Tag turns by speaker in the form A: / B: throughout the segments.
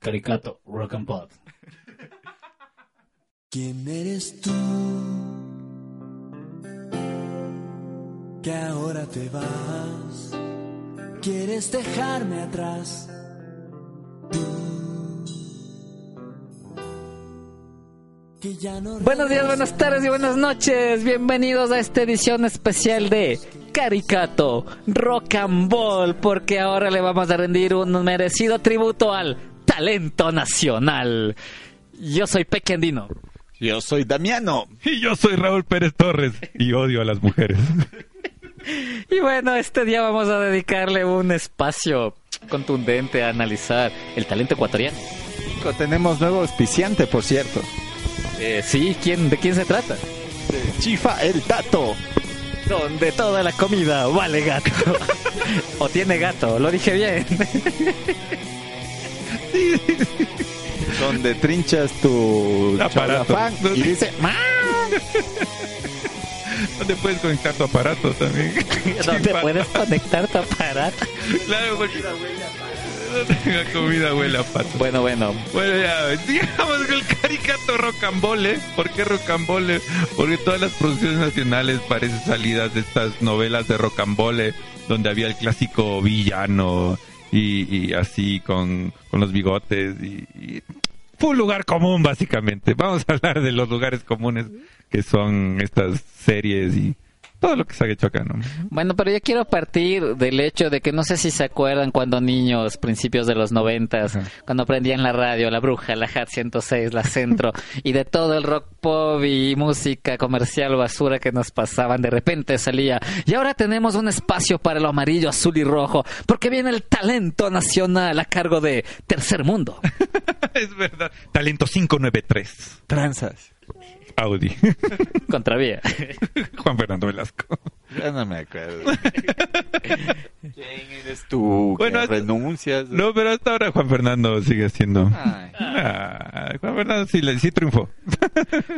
A: Caricato Rock and Pop.
B: ¿Quién eres tú? Que ahora te vas. ¿Quieres dejarme atrás? Que ya no
C: Buenos días, buenas tardes y buenas noches. Bienvenidos a esta edición especial de Caricato Rock and Ball, porque ahora le vamos a rendir un merecido tributo al talento nacional. Yo soy Peque Andino.
D: Yo soy Damiano.
E: Y yo soy Raúl Pérez Torres y odio a las mujeres.
C: Y bueno, este día vamos a dedicarle un espacio contundente a analizar el talento ecuatoriano.
D: Chico, Tenemos nuevo auspiciante, por cierto.
C: Eh, sí, ¿quién, ¿de quién se trata?
D: Chifa el Tato.
C: Donde toda la comida vale gato. o tiene gato, lo dije bien.
D: Donde trinchas tu
E: Aparato.
D: cholafán y dice... "Ma".
E: Donde puedes conectar tu aparato también.
C: Donde
E: Chifa.
C: puedes conectar tu aparato.
E: Claro, porque la comida huele a pato.
C: Bueno, bueno.
E: Bueno, ya, digamos que el caricato rocambole. ¿Por qué rocambole? Porque todas las producciones nacionales parecen salidas de estas novelas de rocambole, donde había el clásico villano y, y así con, con los bigotes. Y, y- Fue un lugar común, básicamente. Vamos a hablar de los lugares comunes que son estas series y todo lo que se ha hecho acá, ¿no?
C: Bueno, pero yo quiero partir del hecho de que no sé si se acuerdan cuando niños, principios de los noventas,
E: Ajá.
C: cuando aprendían la radio, la bruja, la Hard 106, la Centro y de todo el rock pop y música comercial basura que nos pasaban, de repente salía. Y ahora tenemos un espacio para lo amarillo, azul y rojo, porque viene el talento nacional a cargo de Tercer Mundo.
E: es verdad. Talento 593.
D: Tranzas.
E: Audi.
C: Contravía.
E: Juan Fernando Velasco.
D: Ya no me acuerdo. ¿Quién eres tú?
E: Bueno,
D: que
E: es-
D: renuncias.
E: No, pero hasta ahora Juan Fernando sigue siendo.
D: Ay.
E: Ah, Juan Fernando sí, le- sí triunfó.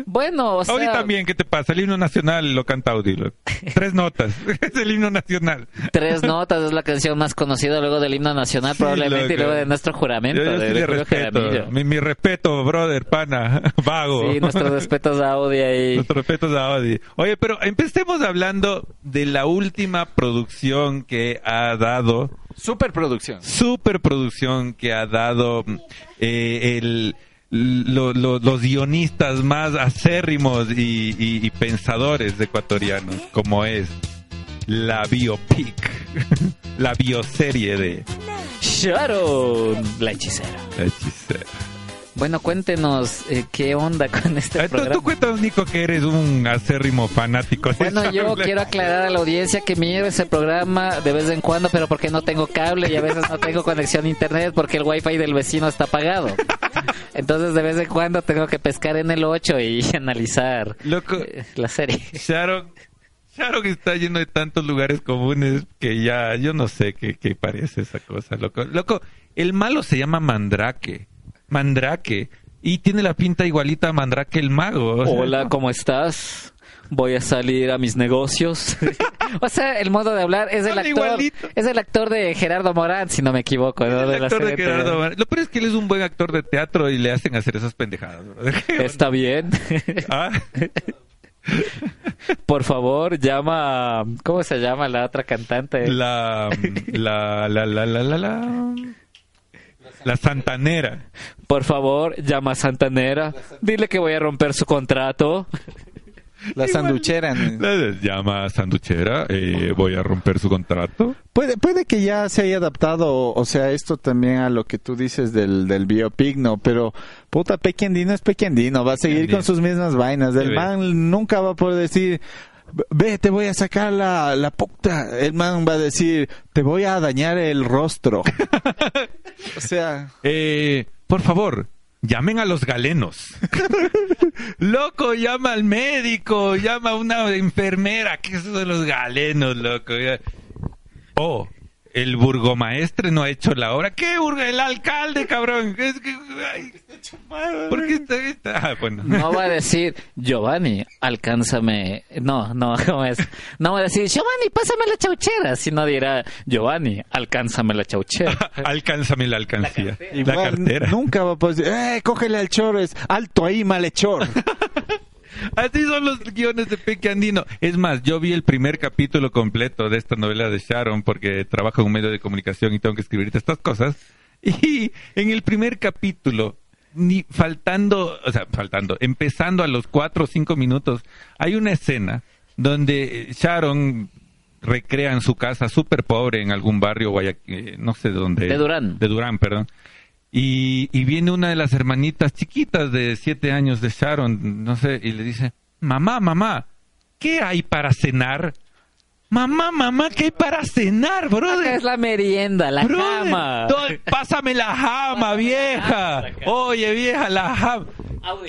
C: Bueno, o sea...
E: Audi también, ¿qué te pasa? El himno nacional lo canta Audi. lo- Tres notas. es el himno nacional.
C: Tres notas es la canción más conocida luego del himno nacional,
E: Sí,
C: probablemente, y
E: loco.
C: luego de nuestro
E: Yo,
C: juramento.
E: yo
C: de
E: sí le
C: Julio
E: respeto.
C: Jaramillo.
E: Mi, mi respeto, brother, pana, vago.
C: Sí, nuestros respetos a Audi ahí.
E: Nuestros respetos a Audi. Oye, pero empecemos hablando de la última producción que ha dado
D: Superproducción.
E: superproducción que ha dado eh, el, lo- lo- los guionistas más acérrimos y, y- y pensadores ecuatorianos, como es la biopic, la bioserie de
C: Sharon, la hechicera.
E: La Hechicera.
C: Este Bueno, cuéntenos eh, qué onda con este
E: Entonces tú
C: programa.
E: cuentas, Nico, que eres un acérrimo fanático. de
C: Bueno,
E: esa
C: yo
E: novela.
C: quiero aclarar a la audiencia que miro ese programa de vez en cuando, pero porque no tengo cable y a veces no tengo conexión a internet porque el wifi del vecino está apagado. Entonces de vez en cuando tengo que pescar en el 8 y analizar
E: Loco,
C: eh, la serie.
E: Sharon, Sharon está lleno de tantos lugares comunes que ya, yo no sé qué, qué parece esa cosa, loco. Loco, el malo se llama Mandrake. Mandrake. Y tiene la pinta igualita a Mandrake el mago. o sea,
C: Hola, ¿cómo estás? Voy a salir a mis negocios. o sea, el modo de hablar es el
E: Habla
C: actor,
E: igualito.
C: es el actor de Gerardo Morán, si no me equivoco, ¿no?
E: El
C: De la
E: actor de
C: serie
E: Gerardo
C: anterior.
E: Bar- Lo peor es que él es un buen actor de teatro y le hacen hacer esas pendejadas. bro.
C: Está bien.
E: Ah,
C: Por favor, llama a- ¿Cómo se llama la otra cantante?
E: la, la, la, la, la, la, la, la santanera.
C: Por favor, llama a Santanera. Dile que voy a romper su contrato.
D: La sanduchera. ¿no?
E: La llama sanduchera, eh, voy a romper su contrato.
D: Puede, puede que ya se haya adaptado, o sea, esto también a lo que tú dices del, del biopic, ¿no? Pero, puta, Pequendino es Pequendino, va a seguir
E: Pequendino.
D: con sus mismas vainas. El
E: Sí.
D: man nunca va a poder decir, ve, te voy a sacar la, la puta. El man va a decir, te voy a dañar el rostro. o sea,
E: Eh, por favor, llamen a los galenos. loco, llama al médico, llama a una enfermera. ¿Qué es eso de los galenos, loco? Ya. Oh, el burgomaestre no ha hecho la obra. ¿Qué burga? El alcalde, cabrón. Es que, ay, ¿Por qué está, está? Ah, bueno.
C: No va a decir, Giovanni, alcánzame. No, no, ¿cómo es? No va a decir, Giovanni, pásame la chauchera. Sino dirá, Giovanni, alcánzame la chauchera.
E: Alcánzame la alcancía. La
D: Igual
E: cartera.
D: Nunca va a poder decir, ¡eh, cógele al chores! ¡Alto ahí, malhechor!
E: Así son los guiones de Peque Andino. Es más, yo vi el primer capítulo completo de esta novela de Sharon porque trabajo en un medio de comunicación y tengo que escribirte estas cosas. Y en el primer capítulo, ni faltando, o sea, faltando, empezando a los cuatro o cinco minutos, hay una escena donde Sharon recrea en su casa súper pobre en algún barrio, guaya- eh, no sé dónde.
C: De Durán.
E: De Durán, perdón. Y, y viene una de las hermanitas chiquitas de siete años de Sharon, no sé, y le dice, mamá, mamá, ¿qué hay para cenar? Mamá, mamá, ¿qué hay para cenar, brother?
C: es la merienda, la
E: Brother,
C: cama.
E: todo- pásame la jama, vieja. Oye, vieja, la jama.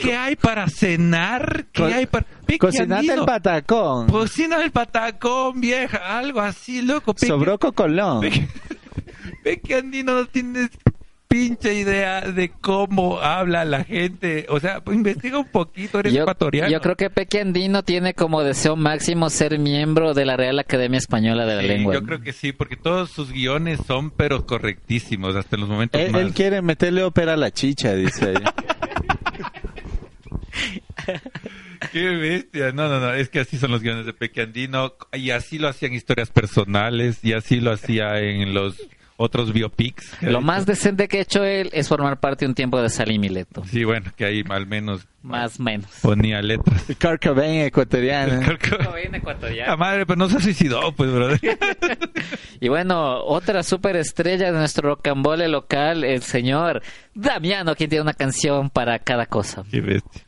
E: ¿Qué hay para cenar? ¿Qué
D: Co-
E: hay para...? Peque
D: Cocinate el
E: Andino,
D: patacón.
E: Cocina el patacón, vieja. Algo así, loco. Peque-
D: Sobró cocolón.
E: Peque, Peque Andino no tienes pinche idea de cómo habla la gente. O sea, pues, investiga un poquito, eres
C: Yo,
E: ecuatoriano.
C: yo creo que Peque Andino tiene como deseo máximo ser miembro de la Real Academia Española de la
E: Sí,
C: Lengua.
E: yo creo que sí, porque todos sus guiones son pero correctísimos hasta en los momentos
D: Él,
E: más.
D: él quiere meterle ópera a la chicha, dice ella.
E: Qué bestia. No, no, no. Es que así son los guiones de Peque Andino. Y así lo hacían historias personales. Y así lo hacía en los otros biopics.
C: Lo más decente que ha hecho él es formar parte un tiempo de Sally Mileto.
E: Sí, bueno, que ahí al menos
C: Más o menos.
E: ponía letras.
D: El Kurt Cobain ecuatoriano.
E: Creo que- La
C: ecuatoriano.
E: madre, pero no se suicidó, pues, brother.
C: Y bueno, otra superestrella de nuestro rocambole local, el señor Damiano, quien tiene una canción para cada cosa.
E: Qué bestia.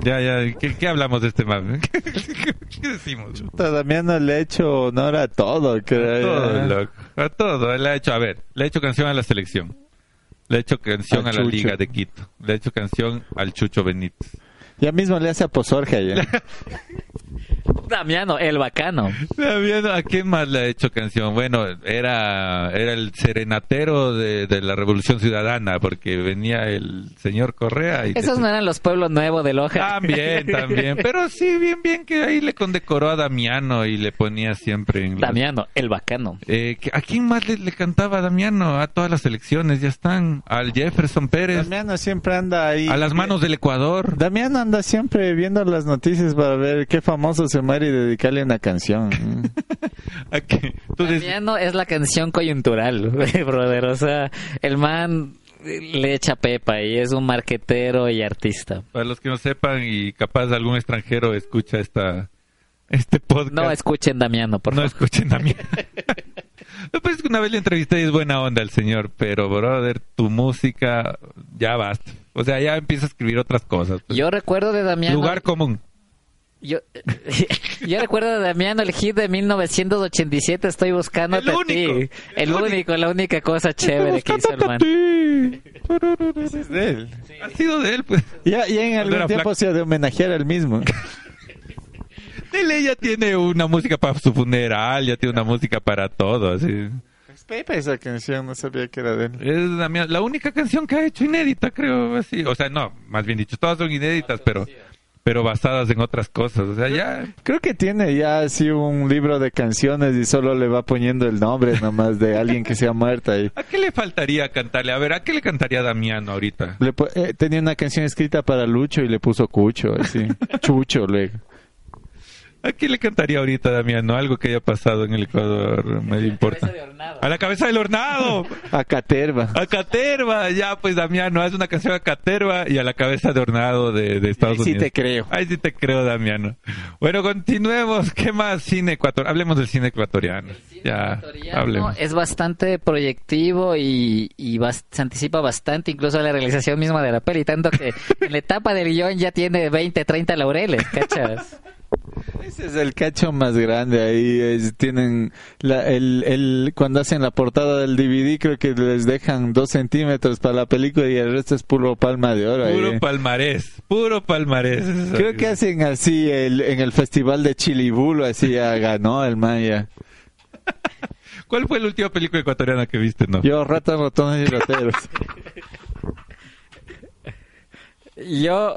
E: Ya, ya. ¿Qué, qué hablamos de este man? ¿Qué, qué- qué decimos?
D: También no le he hecho honor a todo,
E: A
D: creo.
E: todo,
D: ¿eh?
E: loco. A todo. Le ha hecho, a ver, le ha hecho canción a la selección. Le ha hecho canción
D: A
E: a, la
D: Chucho.
E: Liga de Quito. Le ha hecho canción al Chucho Benítez.
D: Ya mismo le hace a Pozorja ya.
C: Damiano, el bacano.
E: Está bien, ¿A qué más le ha hecho canción? Bueno, era, era el serenatero de, de la Revolución Ciudadana, porque venía el señor Correa. Y
C: Esos no eran los pueblos nuevos de Loja.
E: También, también. Pero sí, bien, bien que ahí le condecoró a Damiano y le ponía siempre en... los-
C: Damiano, el bacano.
E: Eh, ¿A quién más le, le cantaba a Damiano? A todas las elecciones, ya están. Al Jefferson Pérez,
D: Damiano siempre anda ahí.
E: a las manos del Ecuador.
D: Damiano anda siempre viendo las noticias para ver qué famoso se muere y dedicarle una canción. ¿eh?
E: ¿A qué? Ah, Entonces,
C: Damiano es la canción coyuntural, brother. O sea, el man le echa pepa y es un marquetero y artista.
E: para los que no sepan y capaz algún extranjero escucha esta, este podcast.
C: No escuchen Damiano, por
E: no
C: favor.
E: escuchen a mí. Lo que pasa es que una vez le entrevisté y es buena onda el señor, pero brother, tu música ya basta. O sea, ya empieza a escribir otras cosas. pues.
C: Yo recuerdo de Damiano.
E: Lugar común.
C: Yo, yo recuerdo de Damiano el hit de 1987, estoy buscando
E: El
C: a ti.
E: único.
C: El único, la única cosa chévere que hizo el man.
D: Es de él.
E: Ha sido de él, pues.
D: Ya, ya en
E: Cuando
D: algún
E: era
D: tiempo
E: flaco.
D: se ha de homenajear al mismo.
E: Dele ya tiene una música para su funeral, ya tiene una música para todo. Así.
D: Pepe esa canción, no sabía que era de él.
E: Es la, mía- la única canción que ha hecho inédita, creo. Así. O sea, no, más bien dicho, todas son inéditas, pero, pero basadas en otras cosas. O sea, ya.
D: Creo que tiene ya así un libro de canciones y solo le va poniendo el nombre nomás de alguien que sea muerta. Y
E: ¿A qué le faltaría cantarle? A ver, ¿a qué le cantaría Damiano ahorita?
D: le po- eh, tenía una canción escrita para Lucho y le puso Cucho, así. Chucho, le.
E: ¿A quién le cantaría ahorita, Damiano? Algo que haya pasado en el Ecuador medio importante. A la cabeza del hornado.
D: A Caterva.
E: A Caterva. Ya, pues, Damiano, haz una canción a Caterva y a la cabeza de hornado de, de Estados
D: Sí
E: Unidos.
D: te creo. Ah,
E: Ahí sí te creo, Damiano. Bueno, continuemos. ¿Qué más cine ecuatoriano? Hablemos del cine ecuatoriano. ya,
C: ecuatoriano
E: hablemos.
C: Es bastante proyectivo y, y bas- se anticipa bastante incluso a la realización misma de la peli, tanto que en la etapa del guión ya tiene 20, 30 laureles, ¿cachas?
D: Ese es el cacho más grande. Ahí es- tienen la- el, el- cuando hacen la portada del DVD creo que les dejan dos centímetros para la película y el resto es puro palma de oro. ahí,
E: Puro
D: eh.
E: palmarés. Puro palmarés. Eso.
D: Creo que hacen así el- en el festival de Chilibulo así ya ganó el Maya.
E: ¿Cuál fue la última película ecuatoriana que viste, no?
D: Yo, ratas, ratones y rateros.
C: Yo,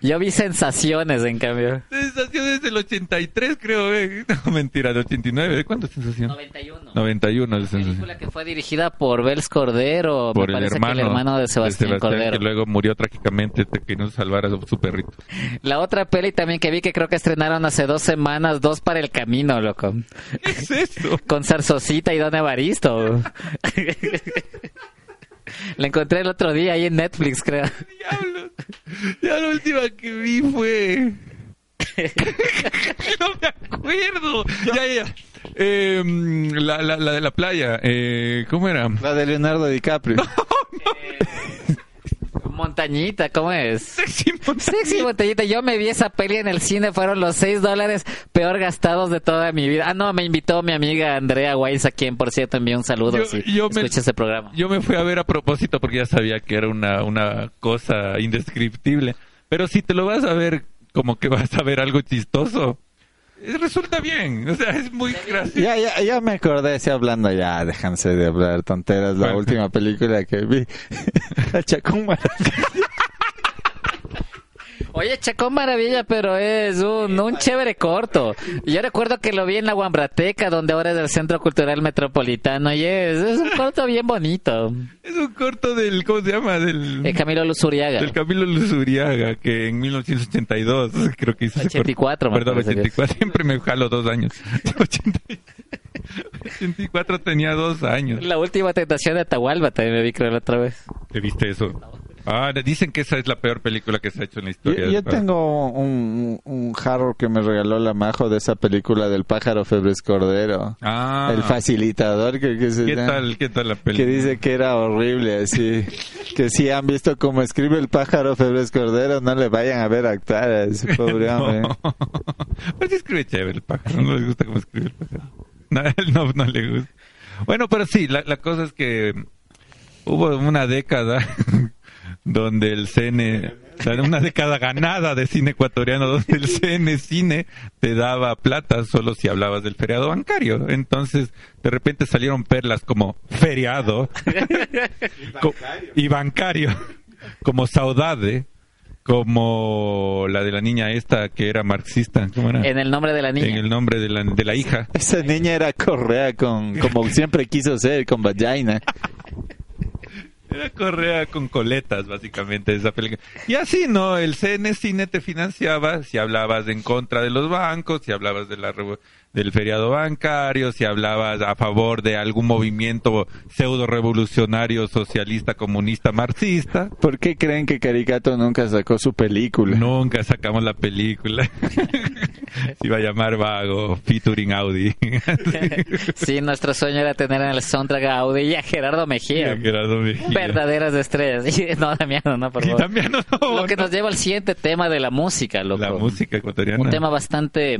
C: yo vi sensaciones, en cambio.
E: Sensaciones del 83, creo. ¿eh? No, mentira, del 89. ¿De cuándo sensación?
C: 91.
E: 91 de sensación.
C: Película que fue dirigida por Bels Cordero,
E: Por
C: me
E: el
C: parece
E: hermano,
C: que el hermano de Sebastián, Cordero.
E: que luego murió trágicamente de que no salvara a su perrito.
C: La otra peli también que vi que creo que estrenaron hace dos semanas, dos para el camino, loco.
E: ¿Qué es esto?
C: Con Zarzosita y Don Evaristo. La encontré el otro día ahí en Netflix, creo.
E: Diablos. Ya la última que vi fue. no me acuerdo. Ya, ya. Eh, la, la, la de la playa. Eh, ¿Cómo era?
D: La de Leonardo DiCaprio.
C: Montañita, ¿cómo es?
E: Sexy Montaña.
C: Sexy Montañita, yo me vi esa peli en el cine, fueron los 6 dólares peor gastados de toda mi vida. Ah, no, me invitó mi amiga Andrea Weiss, a quien por cierto envió un saludo
E: Yo-
C: si
E: yo me-
C: escucha ese programa.
E: Yo me fui a ver a propósito porque ya sabía que era una, una cosa indescriptible. Pero si te lo vas a ver como que vas a ver algo chistoso, eh, resulta bien. O sea, es muy gracioso.
D: Ya, ya, ya me acordé, sí, hablando, ya, déjense de hablar tonteras, la
E: Bueno.
D: última película que vi, La Chacón Maravilla.
C: Oye, Chacón Maravilla, pero es un, un chévere corto. Yo recuerdo que lo vi en la Guambrateca, donde ahora es el Centro Cultural Metropolitano, y es, es un corto bien bonito.
E: Es un corto del, ¿cómo se llama? Del,
C: Eh, Camilo Luzuriaga.
E: del Camilo Luzuriaga, que en 1982 creo que hizo ese
C: 84,
E: corto.
C: me
E: Perdón,
C: parece que es.
E: 84. Siempre me jalo dos años. 80 84 tenía dos años.
C: La última tentación de Atahualpa también me vi, creo, la otra vez.
E: ¿Te viste eso? Ah, dicen que esa es la peor película que se ha hecho en
D: Yo,
E: la historia. Ah.
D: yo
E: del-
D: tengo un, un, un jarro que me regaló la Majo de esa película del pájaro Febres Cordero.
E: Ah,
D: El facilitador, creo que se
E: ¿Qué
D: llama.
E: tal, qué tal la
D: Que
E: película?
D: dice que era horrible, así. que si han visto cómo escribe el pájaro Febres Cordero, no le vayan a ver actuar a ese pobre hombre.
E: Pero Pues sí escribe chévere el pájaro. No le gusta cómo escribe el pájaro. No, a él no, no le gusta. Bueno, pero sí, la, la cosa es que hubo una década donde el cine, o sea, una década ganada de cine ecuatoriano, donde el cine cine te daba plata solo si hablabas del feriado bancario. Entonces, de repente salieron perlas como feriado co- y bancario, como saudade, como la de la niña esta que era marxista, ¿cómo era?
C: En el nombre de la niña.
E: Ah. En el nombre de la, de la hija.
D: Esa niña era correa con, como siempre quiso ser, con vagina.
E: Era Correa con coletas, básicamente, esa película. Y así, ¿no? El CN Cine te financiaba si hablabas en contra de los bancos, si hablabas de la, revo- del feriado bancario, si hablabas a favor de algún movimiento pseudo revolucionario, socialista, comunista, marxista.
D: ¿Por qué creen que Caricato nunca sacó su película?
E: Nunca sacamos la película. Se iba a llamar Vago, featuring Audi.
C: Sí, nuestro sueño era tener en el soundtrack a Audi y a Gerardo Mejía.
E: Gerardo Mejía.
C: Verdaderas estrellas. Y- No, Damiano, no, por
E: Y
C: favor.
E: también no,
C: Lo que nos lleva al siguiente tema de la música, loco.
E: la música ecuatoriana.
C: Un tema bastante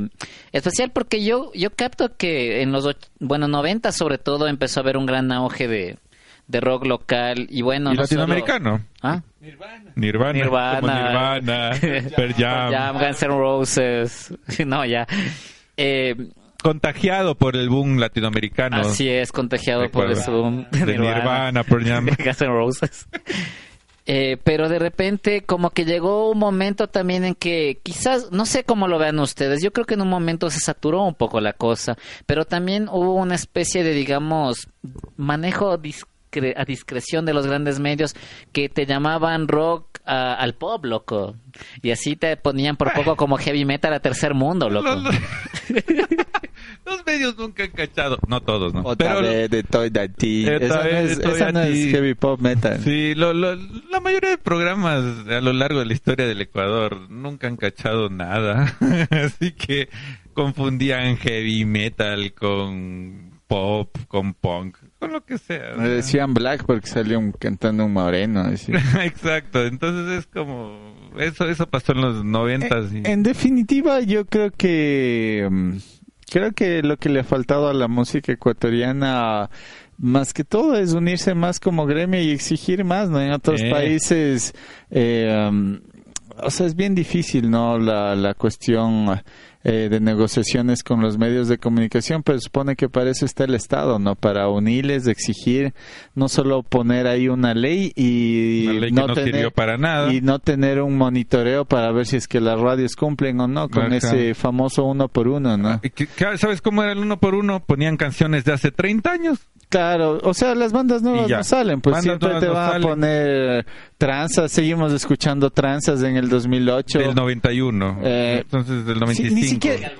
C: especial porque yo, yo capto que en los, och- bueno, 90 sobre todo empezó a haber un gran auge de, de rock local y bueno...
E: y
C: no solo-
E: latinoamericano.
C: ¿Ah,
E: Nirvana.
C: Nirvana.
E: como Nirvana, Pearl Jam.
C: Jam, Guns N' Roses. No, ya. Eh,
E: Contagiado por el boom latinoamericano.
C: Así es, contagiado por el
E: Recuerda.
C: Zoom
E: De Nirvana, Pearl Jam.
C: de Guns N' Roses. Eh, pero de repente como que llegó un momento también en que quizás, no sé cómo lo vean ustedes, yo creo que en un momento se saturó un poco la cosa, pero también hubo una especie de, digamos, manejo discre- a discreción de los grandes medios que te llamaban rock a- al pop, loco. Y así te ponían por poco como heavy metal a tercer mundo, loco.
E: Los, los- los medios nunca han cachado. No todos, ¿no?
D: Otra
E: Pero-
D: vez de Toy Dati.
E: Otra
D: Esa no
E: vez
D: es,
E: de Toy
D: esa no es
E: Dati.
D: heavy pop metal.
E: Sí, lo- lo- la mayoría de programas a lo largo de la historia del Ecuador nunca han cachado nada. Así que confundían heavy metal con pop, con punk, con lo que sea.
D: Le decían Black porque salió un, cantando un moreno. así.
E: Exacto, entonces es como... Eso, eso pasó en los noventas. y-
D: Eh, En, en definitiva, yo creo que mm, creo que lo que le ha faltado a la música ecuatoriana más que todo es unirse más como gremio y exigir más, ¿no? En otros
E: Eh.
D: países eh, mm, o sea, es bien difícil, ¿no? La, la cuestión eh, de negociaciones con los medios de comunicación, pero supone que para eso está el Estado, ¿no? Para unirles, exigir, no solo poner ahí una ley y
E: Una ley que
D: no
E: no
D: tener
E: sirvió para nada.
D: y no tener un monitoreo para ver si es que las radios cumplen o no con
E: Ajá. Ah,
D: ese famoso uno por uno, ¿no?
E: ¿Y qué- qué- ¿Sabes cómo era el uno por uno? Ponían canciones de hace 30 años.
D: Claro, o sea, las bandas nuevas
E: Y ya.
D: no salen, pues
E: Bandas
D: siempre
E: nuevas
D: te
E: no
D: van a
E: salen.
D: poner tranzas, seguimos escuchando tranzas en el 2008.
E: Del 91.
D: Eh,
E: Entonces, del
D: Sí,
E: 95.
D: ni siquiera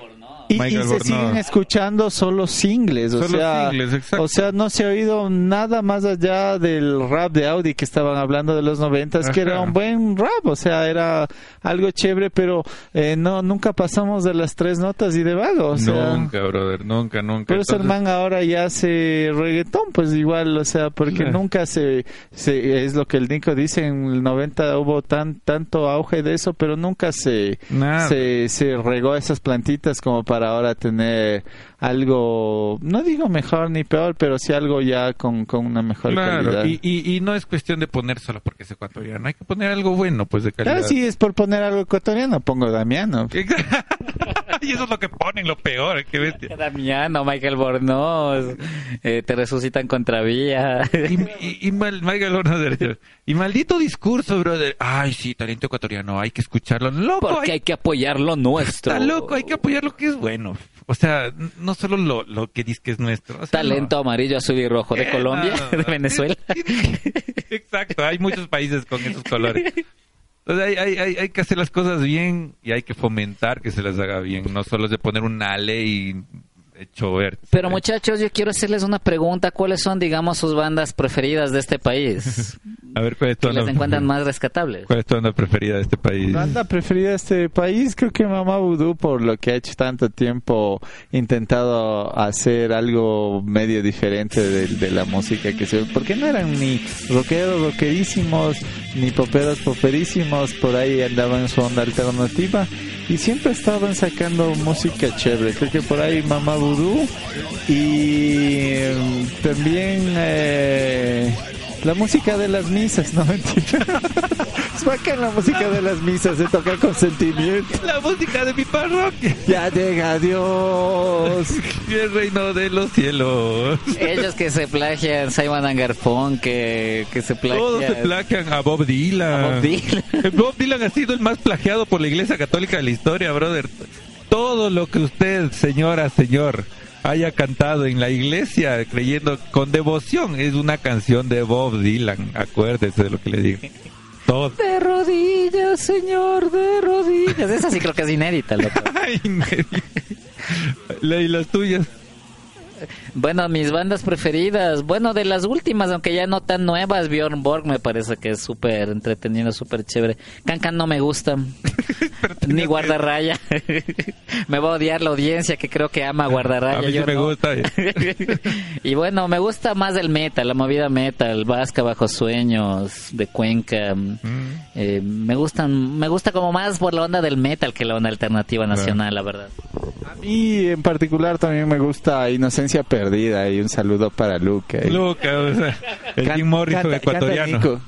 D: y, y
E: Michael
D: se
E: Bornau.
D: siguen escuchando solo singles, o
E: Solo
D: sea,
E: singles, exacto.
D: o sea, no se ha oído nada más allá del rap de Audi que estaban hablando de los noventas, que
E: Ajá.
D: era un buen rap, o sea, era algo chévere, pero eh, no nunca pasamos de las tres notas y de vago, o sea,
E: nunca, brother. Nunca, nunca.
D: Pero ese
E: Entonces,
D: man ahora ya hace reggaetón, pues igual, o sea, porque
E: Claro.
D: nunca se, se- es lo que el Nico dice, en el 90 hubo tan tanto auge de eso, pero nunca se,
E: Nada.
D: se, se regó esas plantitas como para ahora tener algo, no digo mejor ni peor, pero sí algo ya con, con una mejor
E: Claro,
D: calidad.
E: y, y, y no es cuestión de poner solo porque es ecuatoriano, hay que poner algo bueno, pues de calidad.
D: Claro, Ah, sí, es por poner algo ecuatoriano, pongo Damiano.
E: y eso es lo que ponen, lo peor, qué bestia.
C: Damiano, Michael Bornoz, eh, te resucitan contravía.
E: Y, y- y mal- Michael Warner, y maldito discurso, brother. Ay, sí, talento ecuatoriano, hay que escucharlo. Loco,
C: Porque hay que apoyar lo nuestro.
E: está loco, hay que apoyar lo que es bueno. O sea, n- no solo lo, lo que dice que es nuestro. o sea,
C: Talento amarillo, azul y rojo
E: no.
C: de
E: Eh,
C: Colombia,
E: no, no, no.
C: de Venezuela.
E: Exacto, hay muchos países con esos colores. Entonces hay, hay, hay, hay que hacer las cosas bien y hay que fomentar que se las haga bien, no solo es de poner una ley y chover.
C: Pero muchachos, yo quiero hacerles una pregunta. ¿Cuáles son, digamos, sus bandas preferidas de este país?
E: A ver, ¿cuál es
C: Que
E: tu onda,
C: les encuentran más rescatables.
E: ¿Cuál es tu onda preferida de este país?
D: Banda preferida de este país, creo que Mamá Vudú, por lo que ha hecho tanto tiempo, intentado hacer algo medio diferente de, de la música que se Porque no eran ni rockeros, rockerísimos, ni poperos, poperísimos, por ahí andaban en su onda alternativa. Y siempre estaban sacando música chévere. Creo que por ahí Mamá Vudú. Y eh, también eh, la música de las misas, no mentira. Es bacán Pues, la música de las misas, de tocar con sentimiento.
E: La música de mi parroquia.
D: Ya llega Dios.
E: El reino de los cielos.
C: Ellos que se plagian, Simon and Garfunkel, que se plagian.
E: Todos se plagian a Bob Dylan.
C: A Bob Dylan.
E: Eh, Bob Dylan ha sido el más plagiado por la Iglesia Católica de la historia, brother. Todo lo que usted, señora, señor, haya cantado en la iglesia creyendo con devoción es una canción de Bob Dylan. Acuérdese de lo que le digo. Todo.
C: De rodillas, señor, de rodillas. Esa sí creo que es inédita, loco.
E: Ay, me- La- y las tuyas.
C: Bueno, mis bandas preferidas. Bueno, de las últimas, aunque ya no tan nuevas, Bjorn Borg me parece que es súper entretenido, súper chévere. Cancan no me gusta. Ni guardarraya. me va a odiar la audiencia que creo que ama guardarraya.
E: A mí sí
C: yo
E: me
C: no.
E: gusta. eh.
C: y bueno, me gusta más el metal, la movida metal, Vasca bajo sueños, de Cuenca.
E: Mm.
C: Eh, me gustan, me gusta como más por la onda del metal que la onda alternativa nacional, la verdad.
D: A mí en particular también me gusta Inocencia Perdida y un saludo para Luke. ahí.
E: Luca, o sea, el
D: Can-
E: Jim Morrison
D: canta- canta
E: ecuatoriano.
D: Nico.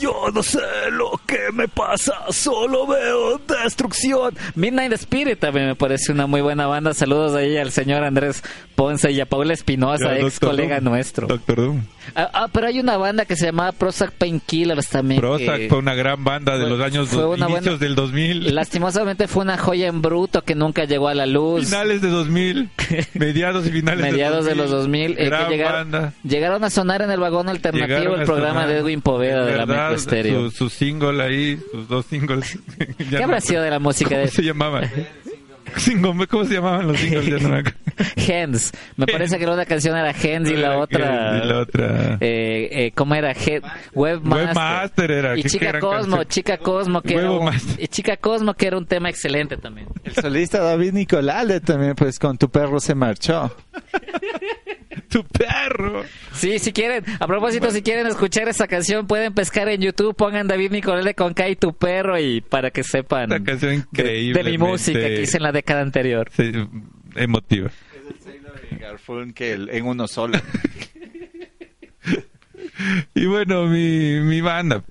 C: Yo no sé lo que me pasa, solo veo destrucción. Midnight Spirit también me parece una muy buena banda. Saludos ahí al señor Andrés Ponce y a Paula Espinosa,
E: Ya,
C: ex
E: Doctor
C: colega
E: Doom.
C: nuestro.
E: Doctor Doom.
C: Ah, ah, pero hay una banda que se llamaba Prozac Painkillers también.
E: Prozac
C: que
E: fue una gran banda de
C: eh, fue-
E: los años
C: fue
E: dos,
C: una buena-
E: inicios del 2000,
C: Lastimosamente fue una joya en bruto que nunca llegó a la luz.
E: finales de 2000, mediados y finales
C: mediados de los 2000 eh, que
E: gran
C: llegaron,
E: banda.
C: llegaron a sonar en el vagón alternativo
E: Llegaron
C: el
E: a
C: programa
E: sonar,
C: de Edwin Poveda
E: es
C: de la
E: verdad,
C: Metro Estéreo.
E: Su, su single ahí, sus dos singles. Ya
C: ¿Qué
E: no
C: habrá
E: me
C: sido de la música
E: acuerdo.
C: de
E: ¿Cómo se llamaban? Single- ¿Cómo se llamaban los singles? Ya no me acuerdo.
C: Hands? Me parece que la una canción era Hands y la otra...
E: Y la otra.
C: Eh, eh, ¿Cómo era? Head- Webmaster.
E: Webmaster era,
C: Y
E: qué- qué
C: Chica
E: gran
C: Cosmo,
E: canción.
C: Chica Cosmo, que era un,
E: Webmaster.
C: y Chica Cosmo, que era un tema excelente también.
D: El solista David Nicolale también, pues con tu perro se marchó.
E: ¡Tu perro!
C: Sí, si quieren, a propósito, si quieren escuchar esa canción, pueden pescar en YouTube, pongan David Nicolele con Kai tu perro y para que sepan
E: Esta canción
C: de-
E: increíble.
C: de, mi música que hice en la década anterior.
E: emotiva.
D: Garfunkel en uno solo.
E: Y bueno, mi, mi banda.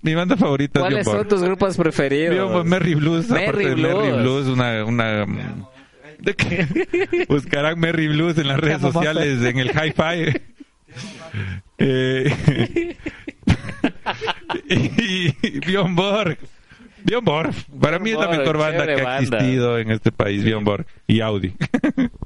E: Mi banda favorita
C: ¿Cuáles
E: es John
C: son
E: Bonham.
C: tus grupos
E: John Bonham,
C: preferidos?
E: pues, Merry Blues,
C: pues. Merry
E: aparte de Merry
C: Blues.
E: Blues, una... una mm, de que- buscarán Merry Blues en las redes sociales, en el hi-fi. Eh, y Bjorn Borg. Bjorn Borg. Para mí es la
C: Bjorn Borg,
E: mejor banda que
C: chévere
E: ha
C: banda.
E: existido en este país, Bjorn Borg. Y Audi.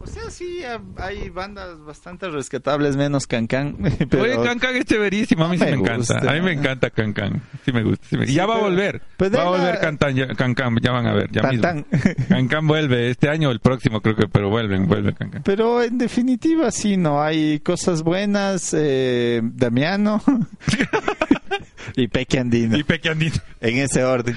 D: O sea, sí, ah, hay bandas bastante rescatables, menos Cancán. Pero...
E: Oye, Cancan es chéverísimo, a mí
D: No
E: sí me,
D: me
E: encanta.
D: gusta.
E: A mí me encanta Cancan. Sí me gusta. sí me- Ya va a
D: pero-
E: volver.
D: pues de
E: va a
D: la-
E: volver Cantan, ya, Cancán, ya van a ver. Ya
D: Tan,
E: mismo.
D: tan.
E: Cancán vuelve este año o el próximo, creo que, pero vuelven, vuelve Cancán.
D: Pero en definitiva, sí, no. Hay cosas buenas. eh, Damiano y Peque Andino.
E: Y Peque Andino.
D: En ese orden.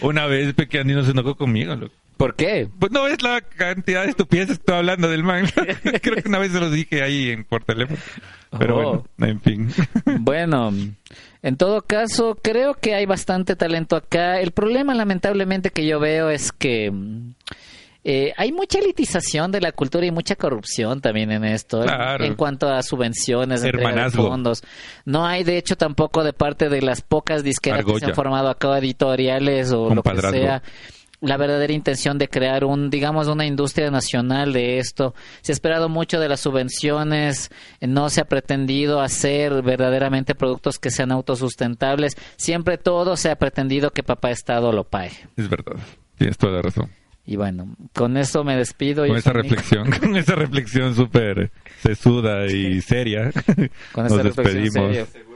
E: Una vez Peque Andino se enojó conmigo, loco.
C: ¿Por qué?
E: Pues no ves la cantidad de estupideces que estoy hablando del man. creo que una vez se los dije ahí en, por teléfono. Pero
C: Oh.
E: bueno, en fin.
C: Bueno, en todo caso, creo que hay bastante talento acá. El problema, lamentablemente, que yo veo es que mm, eh, hay mucha elitización de la cultura y mucha corrupción también en esto. en-
E: Claro.
C: En, cuanto a subvenciones, entrega de
E: Hermanazgo.
C: fondos. No hay, de hecho, tampoco de parte de las pocas disqueras que se
E: Argolla.
C: han formado acá, editoriales o lo que
E: Compadrazgo.
C: sea la verdadera intención de crear un, digamos, una industria nacional de esto. Se ha esperado mucho de las subvenciones, eh, no se ha pretendido hacer verdaderamente productos que sean autosustentables. Siempre todo se ha pretendido que papá Estado lo pague.
E: es verdad. Tienes toda la razón.
C: Y bueno, con eso me despido.
E: Con
C: Yo
E: esa
C: soy Nico.
E: reflexión, con esa reflexión súper sesuda y seria,
C: Con esa
E: nos
C: reflexión
E: despedimos.
C: seria.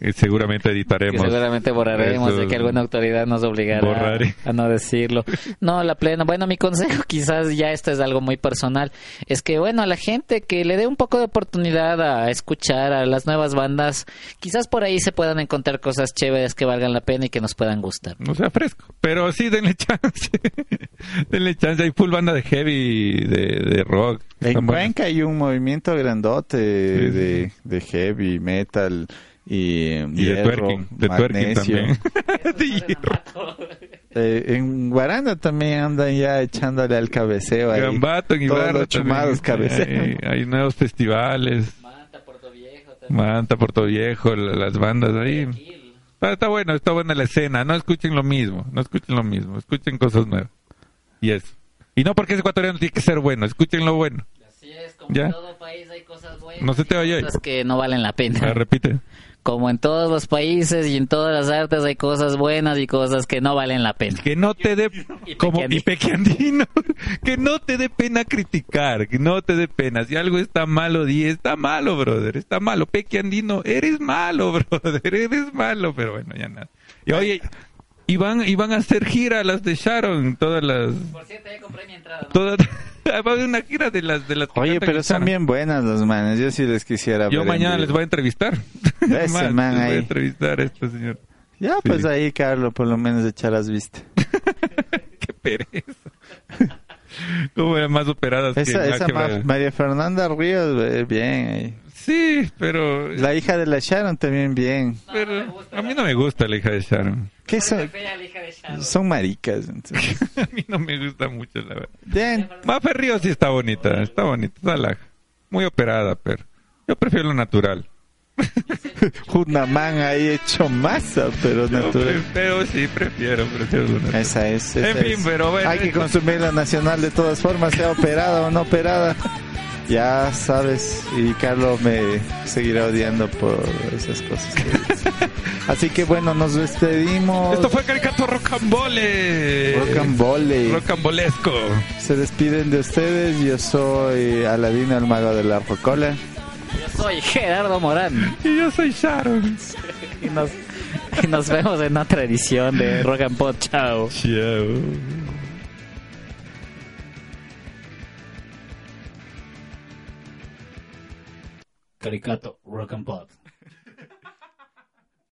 E: Eh, Seguramente
C: Que
E: editaremos.
C: seguramente borraremos de
E: Eso.
C: que alguna autoridad nos obligará
E: Borraré.
C: a no decirlo. No, la plena. Bueno, mi consejo, quizás ya esto es algo muy personal, es que, bueno, a la gente que le dé un poco de oportunidad a escuchar a las nuevas bandas, quizás por ahí se puedan encontrar cosas chéveres que valgan la pena y que nos puedan gustar.
E: No sea fresco, pero sí, denle chance. denle chance. Hay full banda de heavy, de, de rock.
D: En
E: Están buenas.
D: Cuenca hay un movimiento grandote
E: Sí, sí.
D: de, de heavy metal y, eh,
E: Y de
D: hierro,
E: twerking, de twerking
D: magnesio.
E: también. Sí,
D: Eh, en Guaranda también andan ya echándole al cabeceo ahí.
E: Gambato en
D: Todos
E: Ibarra
D: los
E: también.
D: chumados cabecean.
E: Hay, hay nuevos festivales.
C: Manta, Puerto Viejo,
E: Manta, Puerto Viejo, la- las bandas ahí. Ah, está bueno, está buena la escena. No escuchen lo mismo, no escuchen lo mismo. Escuchen cosas nuevas. Y eso. Y no porque es ecuatoriano tiene que ser bueno. Escuchen lo bueno.
C: Así es, como
E: Ya.
C: en todo país hay cosas buenas
E: No se te
C: y
E: oye.
C: cosas que no valen la pena.
E: Ah, repite.
C: Como en todos los países y en todas las artes hay cosas buenas y cosas que no valen la pena.
E: Que no te dé
C: Y
E: como
C: pequeño.
E: y pequeñino, que no te dé pena criticar, que no te dé pena. Si algo está malo, di, está malo, brother, está malo. Pequeandino, eres malo, brother, eres malo, pero bueno, ya nada. Y oye, y van, y van a hacer gira las de Sharon, todas las
C: Por cierto, ya compré mi entrada.
E: todas va a haber una gira de las de las que
D: Oye,
E: cantan
D: pero
E: con
D: son
E: Sharon.
D: bien buenas las manes. Yo sí les quisiera ver
E: Yo
D: en
E: mañana les
D: vivo.
E: voy a entrevistar.
D: Ese
E: Más, les
D: man
E: voy a
D: ahí.
E: entrevistar a este señor.
D: Ya, pues ahí, Carlos, por lo menos echarás vista.
E: Qué pereza. Como eran más operadas
D: Esa,
E: que la
D: esa
E: que
D: Ma-
E: me-
D: María Fernanda Ríos, eh, bien ahí.
E: Sí, pero
D: La hija de la Sharon también bien.
E: Pero a mí no me gusta la hija de Sharon.
D: ¿Qué son? Son maricas. entonces.
E: a mí no me gusta mucho, la verdad.
D: Bien.
E: Mafe Ríos sí está bonita, está bonita, está la- muy operada, pero yo prefiero lo natural.
D: Una man ahí hecho masa, pero
E: Yo
D: natural.
E: prefiero, sí, prefiero, prefiero lo natural.
D: Esa es. esa
E: En fin,
D: es.
E: pero bueno,
D: Hay que
E: esto-
D: consumir la nacional de todas formas, sea operada o no operada. Ya sabes, y Carlos me seguirá odiando por esas cosas. que dice. Así que bueno, nos despedimos.
E: Esto fue Caricato Rocambole.
D: Rocambole.
E: Rocambolesco.
D: Se despiden de ustedes. Yo soy Aladino, el mago de la rocola.
C: Yo soy Gerardo Morán
E: Y yo soy Sharon.
C: y nos, y nos vemos en otra edición de Rock and Pop. Chao.
E: Chao.
A: Caricato Rock and Pop.